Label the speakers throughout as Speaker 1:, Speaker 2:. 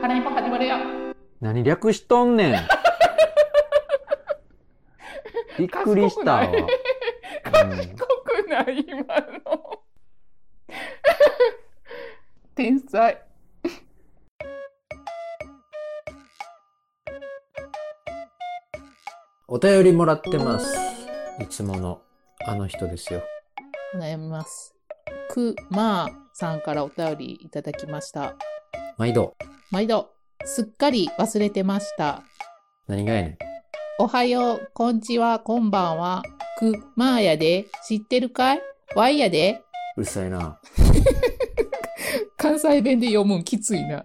Speaker 1: 花いっぱい始まるよ。
Speaker 2: 何略しとんね ん。びっくりしたわ。
Speaker 1: 賢く
Speaker 2: うん
Speaker 1: 賢くない今の。天才。
Speaker 2: お便りもらってます。いつものあの人ですよ。
Speaker 1: 悩みます。くまーさんからお便りいただきました。
Speaker 2: 毎度。
Speaker 1: 毎度、すっかり忘れてました。
Speaker 2: 何がやねん。
Speaker 1: おはよう、こんちは、こんばんは。くまーやで、知ってるかいわいやで。
Speaker 2: うるさいな。
Speaker 1: 関西弁で読むんきついな。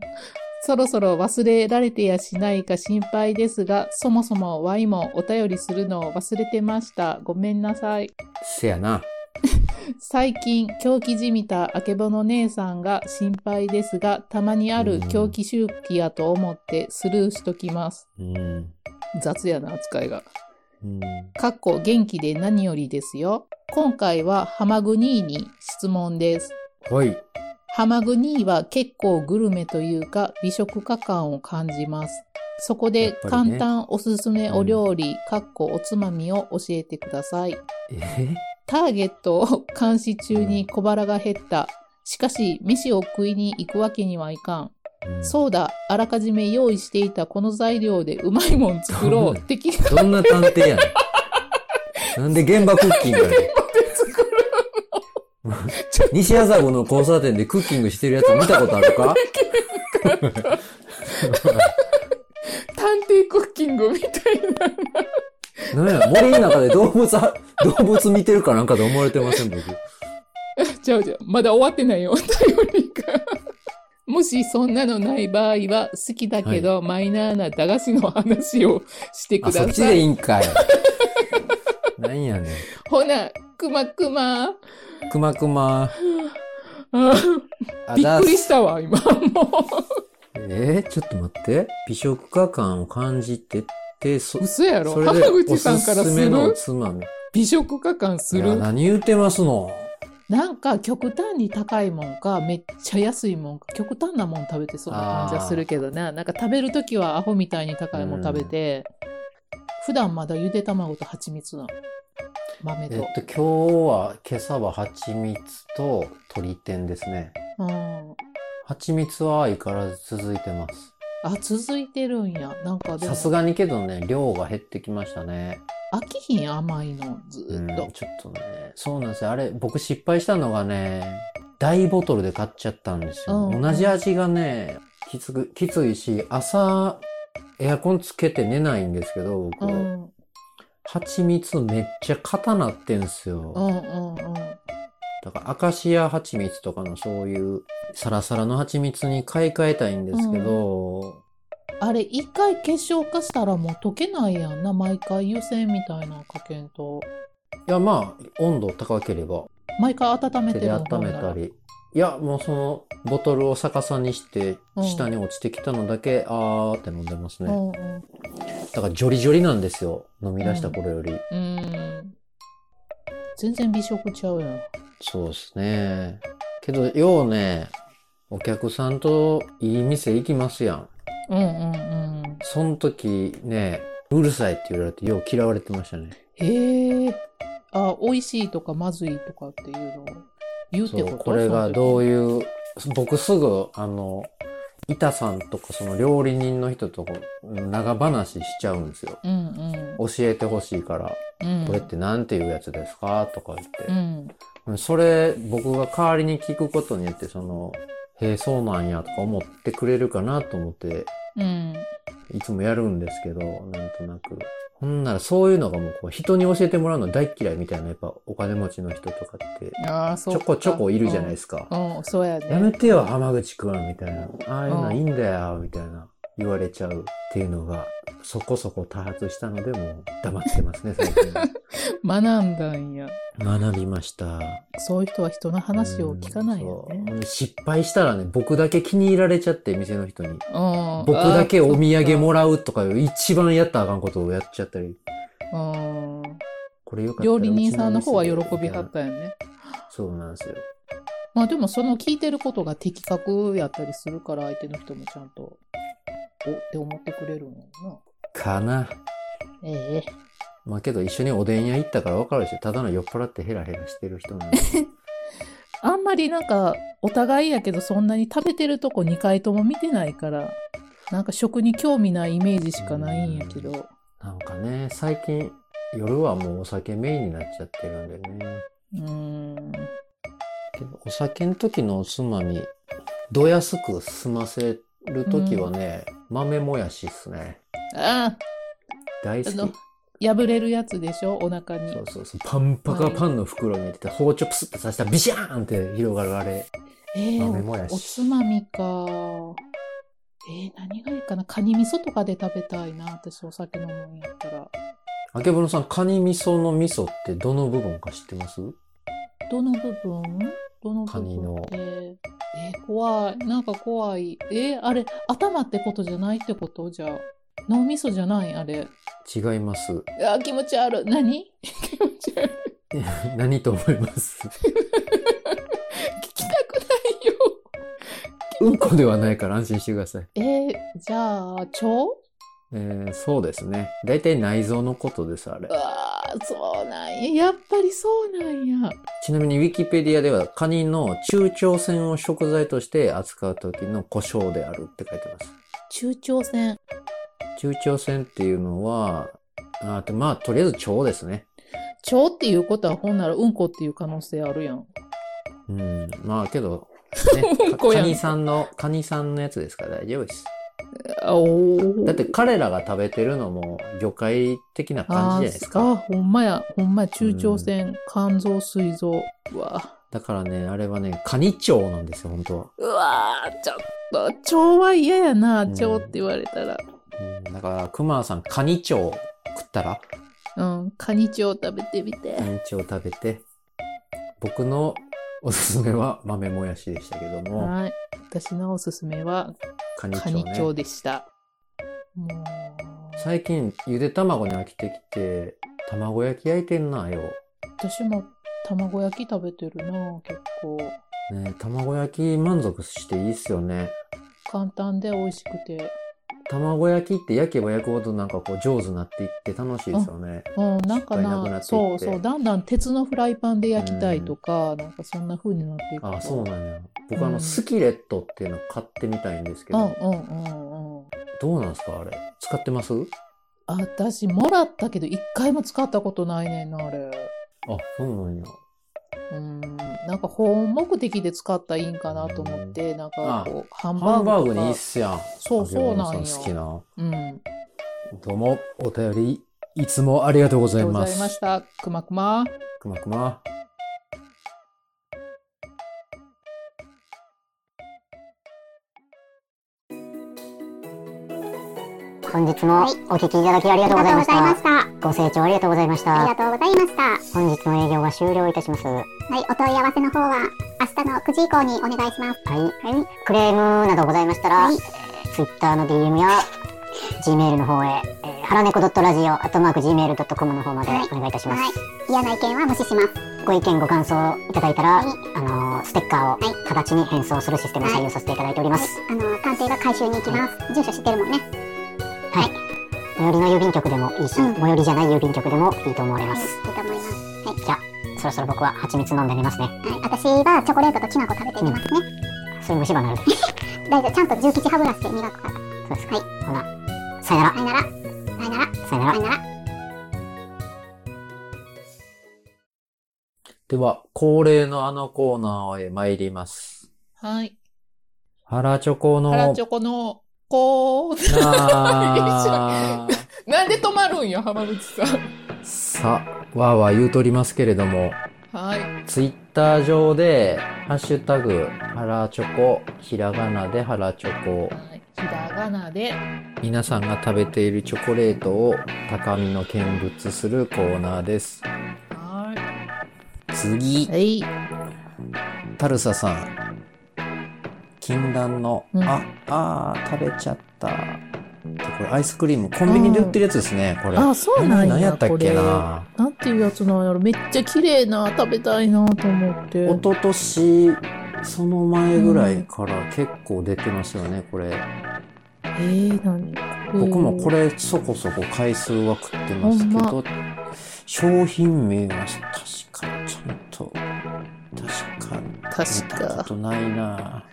Speaker 1: そろそろ忘れられてやしないか心配ですが、そもそもワイもお便りするのを忘れてました。ごめんなさい。
Speaker 2: せやな。
Speaker 1: 最近、狂気じみたあけぼの姉さんが心配ですが、たまにある狂気周期やと思ってスルーしときます。
Speaker 2: うん。
Speaker 1: 雑やな、扱いが。
Speaker 2: うん。
Speaker 1: かっこ元気で何よりですよ。今回はハマグニーに質問です。
Speaker 2: ほい。
Speaker 1: ハマグニーは結構グルメというか美食家感を感じます。そこ
Speaker 2: や
Speaker 1: で
Speaker 2: っぱりね
Speaker 1: 簡単おすすめお料理、かっこおつまみを教えてください。
Speaker 2: え
Speaker 1: ターゲットを監視中に小腹が減った。しかし、飯を食いに行くわけにはいかん。
Speaker 2: う
Speaker 1: そうだ、あらかじめ用意していたこの材料でうまいもん作ろう。的
Speaker 2: ん。どんな探偵や ねん。なんで現場クッキングやねん。
Speaker 1: 作る
Speaker 2: 西麻布の交差点でクッキングしてるやつ見たことあるか
Speaker 1: 探偵クッキングみたいな。
Speaker 2: なんや、森の中で動物は、動物見てるかなんかと思われてません、僕。
Speaker 1: ちゃうちゃう。まだ終わってないよ。お便りが。もしそんなのない場合は、好きだけど、マイナーな駄菓子の話をして
Speaker 2: あ、
Speaker 1: く
Speaker 2: そ
Speaker 1: だ
Speaker 2: っち
Speaker 1: さ
Speaker 2: でい
Speaker 1: い。
Speaker 2: いんかい。なんやね
Speaker 1: ほな、くまくま。
Speaker 2: ん。くまくま。
Speaker 1: あ
Speaker 2: あ
Speaker 1: びっくり
Speaker 2: す
Speaker 1: したわ、今。も、、
Speaker 2: えー、ちょっと待って。美食家感を感じてって、そう
Speaker 1: 嘘やろ。
Speaker 2: それ
Speaker 1: 浜
Speaker 2: で
Speaker 1: 口
Speaker 2: お
Speaker 1: さ
Speaker 2: す
Speaker 1: んから
Speaker 2: す
Speaker 1: す
Speaker 2: めのお
Speaker 1: る
Speaker 2: つまみ。
Speaker 1: 美食家感す
Speaker 2: いや、
Speaker 1: る
Speaker 2: 何言うてますの。
Speaker 1: なんか極端に高いもんか、めっちゃ安いもんか、極端なもん食べてそうな感じはするけどね。なんか食べるときはアホみたいに高いもん食べて、普段まだゆで卵と蜂蜜なの。豆
Speaker 2: えっ
Speaker 1: と。
Speaker 2: と、今日は、今朝は蜂蜜と鶏天ですね。
Speaker 1: うん。
Speaker 2: 蜂蜜は相変わらず続いてます。
Speaker 1: あ、続いてるんや。なんかでも
Speaker 2: さ、すがにけどね、量が減ってきましたね。
Speaker 1: 飽きひん甘いの、ず
Speaker 2: うん、
Speaker 1: ーっ
Speaker 2: ちょ
Speaker 1: と
Speaker 2: っ。とね。そうなんですよ。あれ、僕失敗したのがね、大ボトルで買っちゃったんですよ。
Speaker 1: うん
Speaker 2: 同じ味がね、きつく、きついし、朝、エアコンつけて寝ないんですけど、僕、
Speaker 1: うん、うん、
Speaker 2: 蜂蜜めっちゃ硬なってんすよ。
Speaker 1: うん、うん。
Speaker 2: だから、アカシア蜂蜜とかのそういう、サラサラの蜂蜜に買い替えたいんですけど、
Speaker 1: あれ、一回結晶化したらもう溶けないやんな。毎回湯煎みたいなのかけんと。
Speaker 2: いや、まあ、温度高ければ、
Speaker 1: 毎回温め
Speaker 2: 手
Speaker 1: て
Speaker 2: で
Speaker 1: る
Speaker 2: 温
Speaker 1: のほん
Speaker 2: め
Speaker 1: なら
Speaker 2: たり。いや、もうその、ボトルを逆さにして
Speaker 1: う、ん
Speaker 2: 下に落ちてきたのだけ、あーって飲んでます
Speaker 1: う
Speaker 2: ね。
Speaker 1: ん、うん。
Speaker 2: だから、ジョリジョリなんですよ。飲み出した頃より。
Speaker 1: うーん。全然美食ちゃうやん。
Speaker 2: そうですね。けど、ようね、お客さんといい店行きますやん。
Speaker 1: うんうんうん。
Speaker 2: その時ね、うるさいって言われて、よう嫌われてましたね。
Speaker 1: へえ。あ、美味しいとかまずいとかっていうのを言うって
Speaker 2: そ
Speaker 1: こと
Speaker 2: う、これがどう
Speaker 1: う。
Speaker 2: いう、僕すぐ、あの、板さんとかその料理人の人とこう長話しちゃうんですよ。
Speaker 1: うんうん。
Speaker 2: 教えてほしいから、
Speaker 1: うん、
Speaker 2: これってなんていうやつですかとか言
Speaker 1: う
Speaker 2: っ
Speaker 1: ん。
Speaker 2: て。それ、僕が代わりに聞くことによって、その、へえ、そうなんやとか思ってくれるかなと思って、
Speaker 1: うん。
Speaker 2: いつもやるんですけど、なんとなく。ほんならそういうのがもうこう、人に教えてもらうの大っ嫌いみたいな、やっぱお金持ちの人とかって、
Speaker 1: ああ、そ
Speaker 2: ち
Speaker 1: う
Speaker 2: ょ
Speaker 1: か。
Speaker 2: こちょこいるじゃないですすか。
Speaker 1: か。うん、うんそうやね。
Speaker 2: やめてよ、浜口くん、みたいな。ああいう
Speaker 1: う
Speaker 2: の
Speaker 1: ん
Speaker 2: いいんだよ、みたいな。言われちゃうっていうのが、そこそこ多発したので、もう黙ってますね、最 近。
Speaker 1: 学んだんや。
Speaker 2: 学びました。
Speaker 1: そういう人は人の話を聞かないよ
Speaker 2: う
Speaker 1: ね
Speaker 2: ん。そう失敗したらね、僕だけ気に入られちゃって、店の人に。
Speaker 1: うん。
Speaker 2: 僕だけお土産
Speaker 1: も
Speaker 2: もらうとかいう、一番やったらあかんことをやっちゃったり。
Speaker 1: うん。
Speaker 2: これよかったら
Speaker 1: 料理人さんの方は喜
Speaker 2: うちの
Speaker 1: び
Speaker 2: 店で
Speaker 1: はったよね。
Speaker 2: そうなんですよ。
Speaker 1: まあでもその聞いてることが的確やったりするから相手の人もちゃんとおって思ってくれるんやな。
Speaker 2: かな。
Speaker 1: ええ
Speaker 2: まあけど一緒におでん屋行ったから分かるでしょ。ただの酔っ払ってヘラヘラしてる人なんで。
Speaker 1: あんまりなんか、お互いやけどそんなに食べてるとこ2回とも見てないから、なんか食に興味ないイメージしかないんやけど。
Speaker 2: なんかね、最近夜はもうお酒メインになっちゃってるんでね。
Speaker 1: うーん。
Speaker 2: けどお酒の時のおつまみ、どやすく済ませる時はね、豆もやしっすね。
Speaker 1: ああ、
Speaker 2: 大好
Speaker 1: あ
Speaker 2: き。
Speaker 1: の、破れるやつでしょお腹に
Speaker 2: そ。うそうそう。パンパカパンの袋に入れてて、包丁プスって刺したらビシャーンって広がるあれ。
Speaker 1: ええ
Speaker 2: 豆もやし
Speaker 1: おつまみか。ええ何がいいかなカニ味噌とかで食べたいな。私お酒飲むんやったら。
Speaker 2: あけぼのさん、カニ味噌の味噌ってどの部分か知ってます
Speaker 1: どの部分どの部分
Speaker 2: カニの
Speaker 1: えーえー怖い。なんか怖い。えーあれ、頭ってことじゃないってことじゃあ。脳みそじゃないあれ。
Speaker 2: 違います。
Speaker 1: あー気持ち悪い。何 気持ち悪い。
Speaker 2: 何と思います
Speaker 1: 聞きたくないよ。
Speaker 2: うんこではないから安心してください。
Speaker 1: えーじゃあ、腸
Speaker 2: えー、そうですね。大体内臓のことです、あれ
Speaker 1: う。わーそうなんや。やっぱりそうなんや。
Speaker 2: ちなみにウィキペディアではカニの中長線を食材として扱う時の胡椒であるって書いてます。
Speaker 1: 中腸線。
Speaker 2: 中長線っていうのは、あーとまあ、とりあえず腸ですね。
Speaker 1: 腸っていうことはほんならうんこっていう可能性あるやん。
Speaker 2: うん。まあ けど、
Speaker 1: う
Speaker 2: ね、
Speaker 1: ん
Speaker 2: か
Speaker 1: こや
Speaker 2: カ
Speaker 1: ん
Speaker 2: ニさんの、カニさんのやつですから大丈夫です。
Speaker 1: あおー
Speaker 2: だって彼らが食べてるのも魚介的な感じじゃないで
Speaker 1: あ
Speaker 2: す
Speaker 1: ー
Speaker 2: か。
Speaker 1: あほんまや。ほんまや。中腸線、肝臓、膵臓。うわー
Speaker 2: だからね、あれはね、カニ腸なんですよ、本当は。
Speaker 1: うわー、ちょっと、腸は嫌やな、
Speaker 2: うん
Speaker 1: 腸って言われたら。
Speaker 2: うんだから、クマさん、カニ腸食ったら、
Speaker 1: うん、カニ腸食べてみて
Speaker 2: カ。ニ腸食べて、僕のおすすめは豆もやしでしたけども、
Speaker 1: はい。私のおすすめは、
Speaker 2: カニ
Speaker 1: カ
Speaker 2: 腸
Speaker 1: ニ
Speaker 2: ね。
Speaker 1: 腸でした。もう、
Speaker 2: 最近、ゆで卵に飽きてきて、卵焼き焼いてんなよ。
Speaker 1: 私も卵焼き食べてるな、結構。
Speaker 2: ね、卵焼き満足していいっすよね。
Speaker 1: 簡単で美味しくて。
Speaker 2: 卵焼きって焼けば焼くほどなんかこう上手になっていって楽しいですよね。
Speaker 1: うん、なんか
Speaker 2: 失敗なくなっていっ
Speaker 1: な、
Speaker 2: て
Speaker 1: そうそう、だんだん鉄のフライパンで焼きたいとか、なんかそんな風になっていく。
Speaker 2: ああ、そうなんや。僕
Speaker 1: うん
Speaker 2: あの、スキレットっていうの買ってみたいんですけ
Speaker 1: うん
Speaker 2: ど、
Speaker 1: うんうんうん。
Speaker 2: どうなんすかあれ。使ってます
Speaker 1: あ私、もらったけど、一回も使ったことないねんな、あれ。
Speaker 2: あ、そうなんや。
Speaker 1: うんなんか本目的で使ったらいいんかなと思って、なんかこう、ハン
Speaker 2: ハンバーグ
Speaker 1: と
Speaker 2: に
Speaker 1: か
Speaker 2: いいっすやん。
Speaker 1: そうそうなんよ
Speaker 2: 竹山さ好きな。
Speaker 1: うん。あり
Speaker 2: どうも、お便り、いつもありがとうござ
Speaker 1: が
Speaker 2: い
Speaker 1: とうご
Speaker 2: ま
Speaker 1: ざいますし。た。くまくま。
Speaker 2: くまくま。
Speaker 3: 本日もお聞きいただきありがとうございました。
Speaker 4: あ
Speaker 3: ご清聴ありがとうございまし
Speaker 4: りが
Speaker 3: た。
Speaker 4: とうございました。はい、
Speaker 3: 本日の営業が終了いたします。はい。
Speaker 4: お問い合わせの方は明日の9時以降にお願いします。はい。
Speaker 3: クレームなどございましたら、
Speaker 4: はい
Speaker 3: えー Twitter の DM や Gmail の方へ、えー、はらねこ .radio.gmail.com の方まで
Speaker 4: はい
Speaker 3: お願いいたします。
Speaker 4: はい。嫌な意見は無視します。
Speaker 3: ご意見ご感想いただいたら、
Speaker 4: はい
Speaker 3: あのーステッカーを形に変装するシステムを採用させていただいております。
Speaker 4: あの、鑑定が回収に行きます。住所知ってるもんね。
Speaker 3: 最寄りの郵便局でもいいし、
Speaker 4: うん
Speaker 3: 最寄りじゃない郵便局でもいいと思われま
Speaker 4: はい。い
Speaker 3: す。
Speaker 4: いと思います。
Speaker 3: そろそろ僕は蜂蜜飲んで寝ますね。
Speaker 4: はい。私はチョコレートときな粉食べて寝ますね。
Speaker 3: そういう虫歯になる。
Speaker 4: 大丈夫。ちゃんと重吉歯ブラシで磨くから。
Speaker 3: そうですか
Speaker 4: はい。
Speaker 3: ほな、さよなら、
Speaker 4: さよなら。さよなら。
Speaker 3: さよなら
Speaker 4: さ。よなら。
Speaker 2: では、恒例のあのコーナーへ参ります。
Speaker 1: はい。
Speaker 2: ハラチョコの
Speaker 1: ハラチョコの、こう、
Speaker 2: なー
Speaker 1: なんで止まるんや、浜口さん。
Speaker 2: さあ、わーわー言うとりますけれども、
Speaker 1: はい。
Speaker 2: ツイッター上で、ハッシュタグ、ハラチョコ、ひらがなでハラチョコ、
Speaker 1: はいひらがなで、
Speaker 2: 皆さんが食べているチョコレートを高みの見物するコーナーです。
Speaker 1: は
Speaker 2: 次
Speaker 1: い。、はい。
Speaker 2: タルサさん。禁断の、
Speaker 1: うん
Speaker 2: あ、あー、食べちゃった。これアイスクリーム、コンビニで売ってるやつですね、これ。
Speaker 1: あ、そうなんや。
Speaker 2: 何やったっけ
Speaker 1: こ
Speaker 2: な
Speaker 1: れなんていうやつなんやろ。めっちゃ綺麗な、食べたいなと思って。
Speaker 2: 一昨年その前ぐらいから結構出てますよね、これ。
Speaker 1: ええー、なんか
Speaker 2: 僕もこれそこそこ回数は食ってますけ
Speaker 1: ほ
Speaker 2: ど、商品名は確かちょっと、確か、
Speaker 1: 確
Speaker 2: 見たこ
Speaker 1: か。
Speaker 2: とないな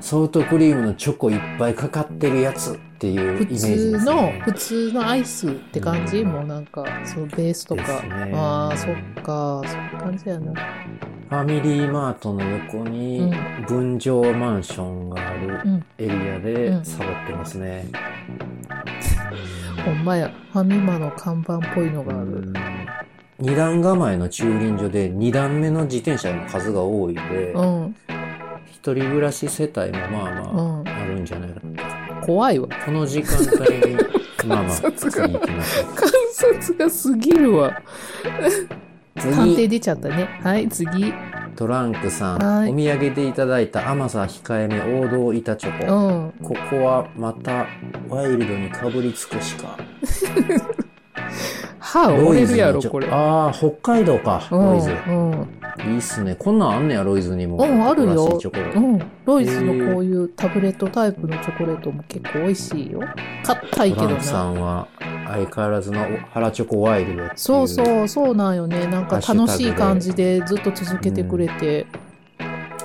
Speaker 2: ソフトクリームのチョコいっぱいかかってるやつっていうイ
Speaker 1: 普
Speaker 2: メージです、
Speaker 1: 通の、
Speaker 2: ね。
Speaker 1: 普通のアイスって感じ、
Speaker 2: うん
Speaker 1: もうなんか、そのベースとか。
Speaker 2: ですね
Speaker 1: ああ、そっか、そんな感じやな。
Speaker 2: ファミリーマートの横に
Speaker 1: う
Speaker 2: 分譲マンションがあ
Speaker 1: う
Speaker 2: る
Speaker 1: ん
Speaker 2: エリア
Speaker 1: う
Speaker 2: で
Speaker 1: ん
Speaker 2: サボってますね。
Speaker 1: ほんまや、ファミマの看板っぽいのがある。
Speaker 2: 二段構えの駐輪場で二段目の自転車の数が多いで
Speaker 1: う、ん、
Speaker 2: 一人暮らし世帯もまあま
Speaker 1: うん
Speaker 2: ああるんじゃないかな。
Speaker 1: 怖いわ。
Speaker 2: この時間 帯に、まあまあ、
Speaker 1: さすが
Speaker 2: 次行きましょう。
Speaker 1: 観察が過ぎるわ。鑑定
Speaker 2: 次、
Speaker 1: 出ちゃったね。はい、次。
Speaker 2: トランクさ
Speaker 1: は
Speaker 2: ん、
Speaker 1: い
Speaker 2: お土産でいただいた甘さ控えめ王道板チョ
Speaker 1: う
Speaker 2: コ。
Speaker 1: ん。
Speaker 2: ここはまたワイルドにかぶりつくしか。
Speaker 1: 歯
Speaker 2: ロ
Speaker 1: 折
Speaker 2: イ
Speaker 1: れ
Speaker 2: ズ
Speaker 1: る
Speaker 2: に
Speaker 1: やろ、
Speaker 2: ちょ
Speaker 1: これ。
Speaker 2: ああ、北海道か、
Speaker 1: う
Speaker 2: ロ
Speaker 1: ん、
Speaker 2: イズ。
Speaker 1: うん、
Speaker 2: いいっすね。こんなんあんねや、ロイズにも。
Speaker 1: うんあるよ
Speaker 2: 誇らしいチョコレート
Speaker 1: うん。ロイズのこういうタブレットタイプのチョコレートも結構美味しいよ。硬いけ
Speaker 2: ト
Speaker 1: ど
Speaker 2: ランプさ
Speaker 1: な。
Speaker 2: んは相変わらずの腹チョコワイルドっていう。
Speaker 1: そうそう、そうなんよね。なんか楽しい感じでずっと続けてくれて。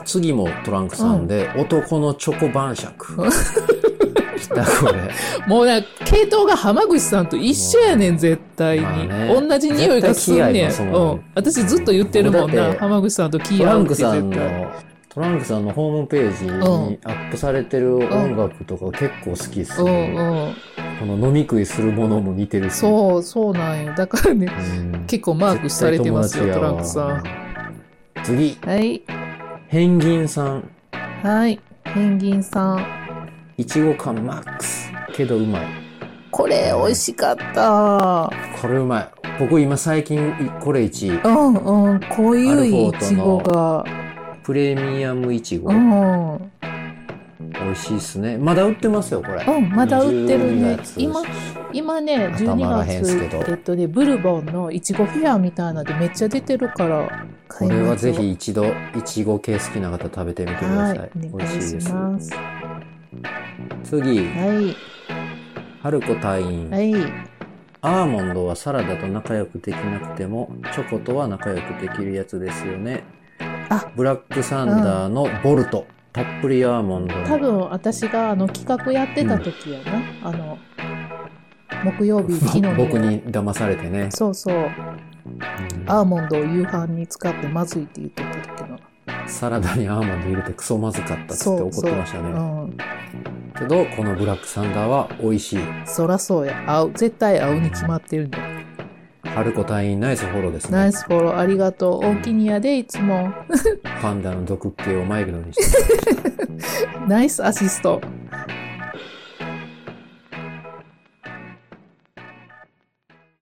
Speaker 2: 次もトランクさんで、男のチョコ 晩酌。
Speaker 1: うん
Speaker 2: 来た、これ。
Speaker 1: もうなんか、系統が浜口さんと一緒やねん、絶対に。
Speaker 2: まあね
Speaker 1: 同じ匂いがすん
Speaker 2: 絶対気合い
Speaker 1: ね
Speaker 2: が
Speaker 1: ん。
Speaker 2: そううなの
Speaker 1: ん。私ずっと言ってるもん
Speaker 2: だっ
Speaker 1: な。
Speaker 2: て
Speaker 1: 浜口さんとキ
Speaker 2: ト
Speaker 1: ー
Speaker 2: ラ
Speaker 1: ア
Speaker 2: ン
Speaker 1: ン
Speaker 2: ク
Speaker 1: って
Speaker 2: さん
Speaker 1: 絶対。
Speaker 2: の、トランクさんのホームページにアップされてる音楽とか結構好きっす
Speaker 1: う
Speaker 2: ね。
Speaker 1: んうん。
Speaker 2: この飲み食いするものも似てるし。
Speaker 1: そう、そうなんよ。だからね、
Speaker 2: うん
Speaker 1: 結構マークされてますよ、トランクさん。
Speaker 2: ん。次、
Speaker 1: はい。
Speaker 2: ペンギンさん。
Speaker 1: はい。ペンギンさん。
Speaker 2: いちご感マックス。けどうまい。
Speaker 1: これ、美味しかった。
Speaker 2: これうまい。僕今最近いこれ1位。
Speaker 1: うんうん。濃
Speaker 2: アルフ
Speaker 1: い
Speaker 2: ォ
Speaker 1: い
Speaker 2: ートの
Speaker 1: ちごが。
Speaker 2: プレミアムいちご。
Speaker 1: うん。
Speaker 2: 美味しいっすね。まだ売ってますよ、これ。
Speaker 1: うんまだ売ってるね
Speaker 2: 12月
Speaker 1: 今今ね、
Speaker 2: 頭らへんっすけ
Speaker 1: 12
Speaker 2: ど
Speaker 1: 月、えっとね、ブルボンのいちごフェアみたいなのでめっちゃ出てるから、
Speaker 2: こ
Speaker 1: 買い
Speaker 2: れ
Speaker 1: ま
Speaker 2: は
Speaker 1: しょ
Speaker 2: ぜ
Speaker 1: う
Speaker 2: ひ一度、いちご系好きな方食べてみてくだ
Speaker 1: は
Speaker 2: さい。
Speaker 1: い、お
Speaker 2: 美
Speaker 1: 願
Speaker 2: 味
Speaker 1: い
Speaker 2: しい
Speaker 1: し
Speaker 2: です。
Speaker 1: ます。
Speaker 2: 次、
Speaker 1: はい、
Speaker 2: 春子隊員、
Speaker 1: はい、
Speaker 2: アーモンドはサラダと仲良くできなくても、チョコとは仲良くできるやつですよね。
Speaker 1: あ
Speaker 2: ブラックサンダーのボルト。たっぷりアーモンド
Speaker 1: 多
Speaker 2: の。
Speaker 1: 分私があの企画やってた時やな、あの木曜日昨日の
Speaker 2: 僕に騙されてね。
Speaker 1: そうそう
Speaker 2: うん
Speaker 1: アーモンドを夕飯に使ってまずいって言ってた時の
Speaker 2: サラダにアーモンド入れてクソまずかったっつって
Speaker 1: そう
Speaker 2: 怒ってましたね。
Speaker 1: うん
Speaker 2: けど、このブラックサンダーは美味しい。
Speaker 1: そらそうや合う絶対合うに決まってるんだよ、
Speaker 2: 春子隊員ナイスフォローです
Speaker 1: ナ
Speaker 2: ね
Speaker 1: イ。スフォローありがとうおおきにやでいつも
Speaker 2: パンダの毒っ気をマイルドにして。
Speaker 1: ナイスアシスト